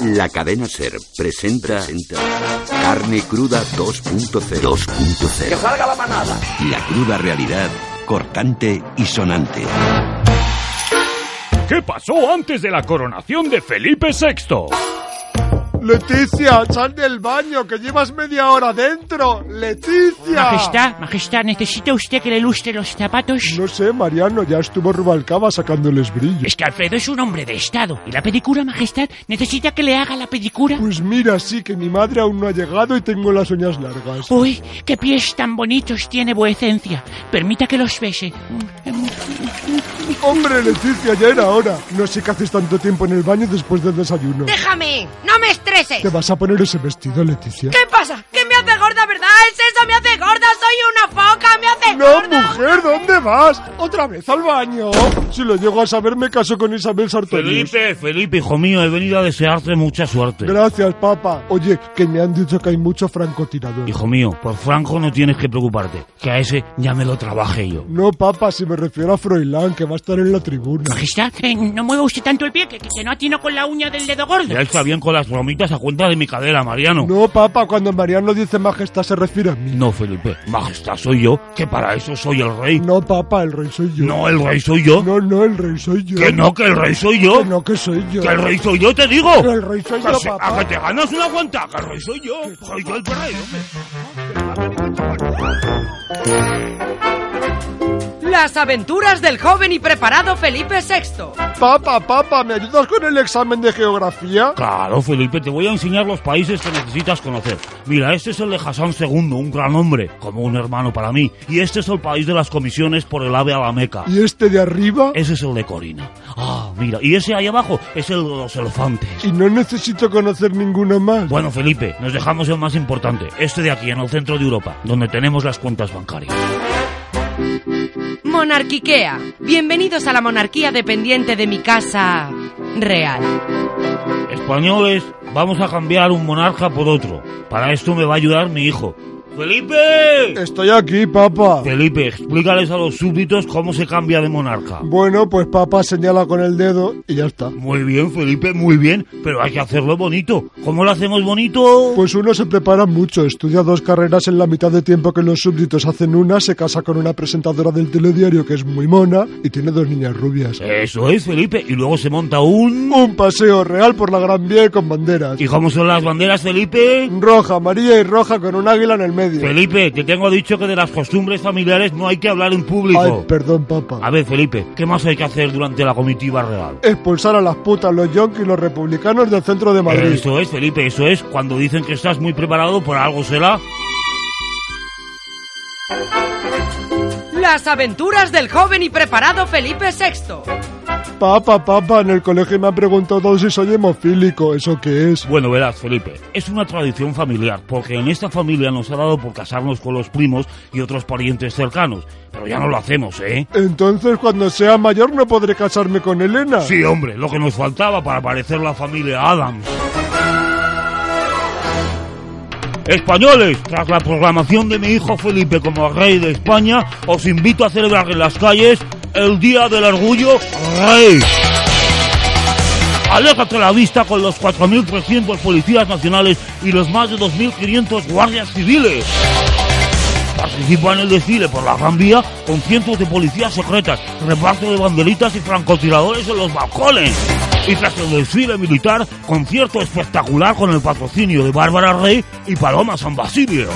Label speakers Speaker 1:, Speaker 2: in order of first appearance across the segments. Speaker 1: La cadena Ser presenta, Carne Cruda 2.0. 2.0.
Speaker 2: ¡Que salga la manada!
Speaker 1: La cruda realidad, cortante y sonante.
Speaker 3: ¿Qué pasó antes de la coronación de Felipe VI?
Speaker 4: Leticia, sal del baño, que llevas media hora dentro. Leticia.
Speaker 5: Majestad, majestad, ¿necesita usted que le lustre los zapatos?
Speaker 4: No sé, Mariano, ya estuvo Rubalcaba sacándoles brillo.
Speaker 5: Es que Alfredo es un hombre de Estado. ¿Y la pedicura, majestad? ¿Necesita que le haga la pedicura?
Speaker 4: Pues mira, sí, que mi madre aún no ha llegado y tengo las uñas largas.
Speaker 5: Uy, qué pies tan bonitos tiene vuecencia. Permita que los bese.
Speaker 4: Hombre, Leticia, ya era hora. No sé qué haces tanto tiempo en el baño después del desayuno.
Speaker 6: ¡Déjame! ¡No me estreses!
Speaker 4: ¿Te vas a poner ese vestido, Leticia?
Speaker 6: ¿Qué pasa? ¿Qué me hace gorda, verdad? ¡El sexo me hace gorda! ¡Soy una foca! ¡Me hace
Speaker 4: No,
Speaker 6: gorda!
Speaker 4: mujer, ¿dónde vas? ¿Otra vez al baño? Si lo llego a saber, me caso con Isabel Sartori.
Speaker 7: Felipe, Felipe, hijo mío, he venido a desearte mucha suerte.
Speaker 4: Gracias, papá. Oye, que me han dicho que hay mucho francotirador.
Speaker 7: Hijo mío, por Franco no tienes que preocuparte, que a ese ya me lo trabajé yo.
Speaker 4: No, papá, si me refiero a Froilán, que va a estar en la tribuna.
Speaker 5: Majestad, eh, no mueva usted tanto el pie, que, que no atino con la uña del dedo gordo.
Speaker 7: Ya está bien con las bromitas a cuenta de mi cadera, Mariano.
Speaker 4: No, papá, cuando Mariano dice majestad se refiere a mí.
Speaker 7: No, Felipe, majestad soy yo, que para eso soy el rey.
Speaker 4: No, papá, el rey soy yo.
Speaker 7: No, el rey soy yo.
Speaker 4: no, no, el rey soy yo.
Speaker 7: Que no, que el rey soy yo.
Speaker 4: Que no, que soy yo.
Speaker 7: Que el rey soy yo, te digo.
Speaker 4: Que el rey soy
Speaker 7: Que
Speaker 4: yo,
Speaker 7: se- A que
Speaker 4: papá.
Speaker 7: te ganas una cuenta, que el rey soy yo. Soy yo el rey, hombre.
Speaker 6: Las aventuras del joven y preparado Felipe VI.
Speaker 4: Papá, papá, ¿me ayudas con el examen de geografía?
Speaker 7: Claro, Felipe, te voy a enseñar los países que necesitas conocer. Mira, este es el de Hassan II, un gran hombre, como un hermano para mí. Y este es el país de las comisiones por el ave a la Meca.
Speaker 4: ¿Y este de arriba?
Speaker 7: Ese es el de Corina. Ah, mira, y ese ahí abajo es el de los elefantes.
Speaker 4: Y no necesito conocer ninguno más.
Speaker 7: Bueno, Felipe, nos dejamos el más importante, este de aquí, en el centro de Europa, donde tenemos las cuentas bancarias.
Speaker 6: Monarquiquea. Bienvenidos a la monarquía dependiente de mi casa real.
Speaker 7: Españoles, vamos a cambiar un monarca por otro. Para esto me va a ayudar mi hijo. ¡Felipe!
Speaker 4: Estoy aquí, papá.
Speaker 7: Felipe, explícales a los súbditos cómo se cambia de monarca.
Speaker 4: Bueno, pues papá señala con el dedo y ya está.
Speaker 7: Muy bien, Felipe, muy bien, pero hay que hacerlo bonito. ¿Cómo lo hacemos bonito?
Speaker 4: Pues uno se prepara mucho, estudia dos carreras en la mitad de tiempo que los súbditos hacen una, se casa con una presentadora del telediario que es muy mona y tiene dos niñas rubias.
Speaker 7: Eso es, Felipe, y luego se monta un...
Speaker 4: Un paseo real por la Gran Vía y con banderas.
Speaker 7: ¿Y cómo son las banderas, Felipe?
Speaker 4: Roja, amarilla y roja con un águila en el medio.
Speaker 7: Felipe, te tengo dicho que de las costumbres familiares no hay que hablar en
Speaker 4: Ay,
Speaker 7: público.
Speaker 4: perdón,
Speaker 7: A
Speaker 4: papá.
Speaker 7: ver, Felipe, ¿qué más hay que hacer durante la comitiva real?
Speaker 4: Expulsar a las putas, los yonkis y los republicanos del centro
Speaker 7: Eh,
Speaker 4: de Madrid.
Speaker 7: Eso es, Felipe, eso es. Cuando dicen que estás muy preparado, por algo será.
Speaker 6: Las aventuras del joven y preparado Felipe VI.
Speaker 4: Papá, papá, en el colegio me han preguntado si soy hemofílico. ¿Eso qué es?
Speaker 7: Bueno, verás, Felipe, es una tradición familiar, porque en esta familia nos ha dado por casarnos con los primos y otros parientes cercanos. Pero ya no lo hacemos, ¿eh?
Speaker 4: Entonces, cuando sea mayor, no podré casarme con Elena.
Speaker 7: Sí, hombre, lo que nos faltaba para parecer la familia Adams. Españoles, tras la proclamación de mi hijo Felipe como rey de España, os invito a celebrar en las calles el Día del Orgullo Rey. Aléjate la vista con los 4.300 policías nacionales y los más de 2.500 guardias civiles. Participa en el desfile por la Gran Vía con cientos de policías secretas, reparto de banderitas y francotiradores en los balcones. Y tras el desfile militar, concierto espectacular con el patrocinio de Bárbara Rey y Paloma San Basilio.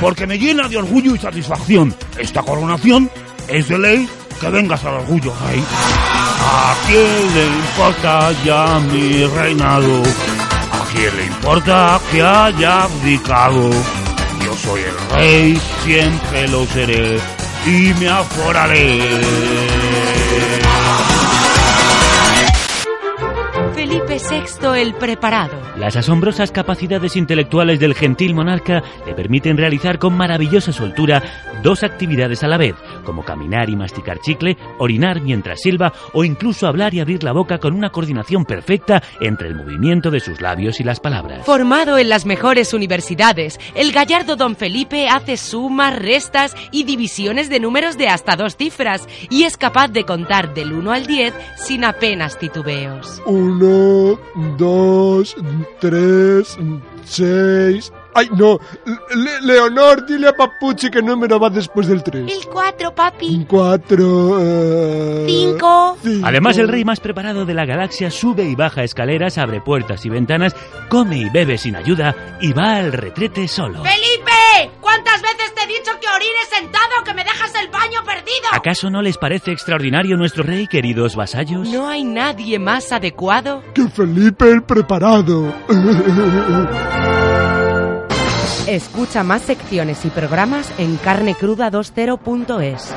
Speaker 7: Porque me llena de orgullo y satisfacción. Esta coronación es de ley que vengas al orgullo, Rey. ¿A quién le importa ya mi reinado? ¿A quién le importa que haya abdicado? Yo soy el rey, siempre lo seré y me aforaré.
Speaker 6: Felipe VI el preparado.
Speaker 8: Las asombrosas capacidades intelectuales del gentil monarca le permiten realizar con maravillosa soltura dos actividades a la vez, como caminar y masticar chicle, orinar mientras silba o incluso hablar y abrir la boca con una coordinación perfecta entre el movimiento de sus labios y las palabras.
Speaker 6: Formado en las mejores universidades, el gallardo don Felipe hace sumas, restas y divisiones de números de hasta dos cifras y es capaz de contar del 1 al 10 sin apenas titubeos.
Speaker 4: Uno, 1, 2, 3, 6... ¡Ay, no! Le- Leonor, dile a Papuchi qué número va después del 3.
Speaker 6: El 4, papi.
Speaker 4: 4... eh,
Speaker 6: 5.
Speaker 7: Además, el rey más preparado de la galaxia sube y baja escaleras, abre puertas y ventanas, come y bebe sin ayuda y va al retrete solo.
Speaker 6: ¡Felipe! ¿Cuántas veces te he dicho que orines sentado que me dejas el baño perdido?
Speaker 7: ¿Acaso no les parece extraordinario nuestro rey, queridos vasallos?
Speaker 9: ¿No hay nadie más adecuado?
Speaker 4: ¡Que Felipe el preparado!
Speaker 9: Escucha más secciones y programas en carnecruda20.es.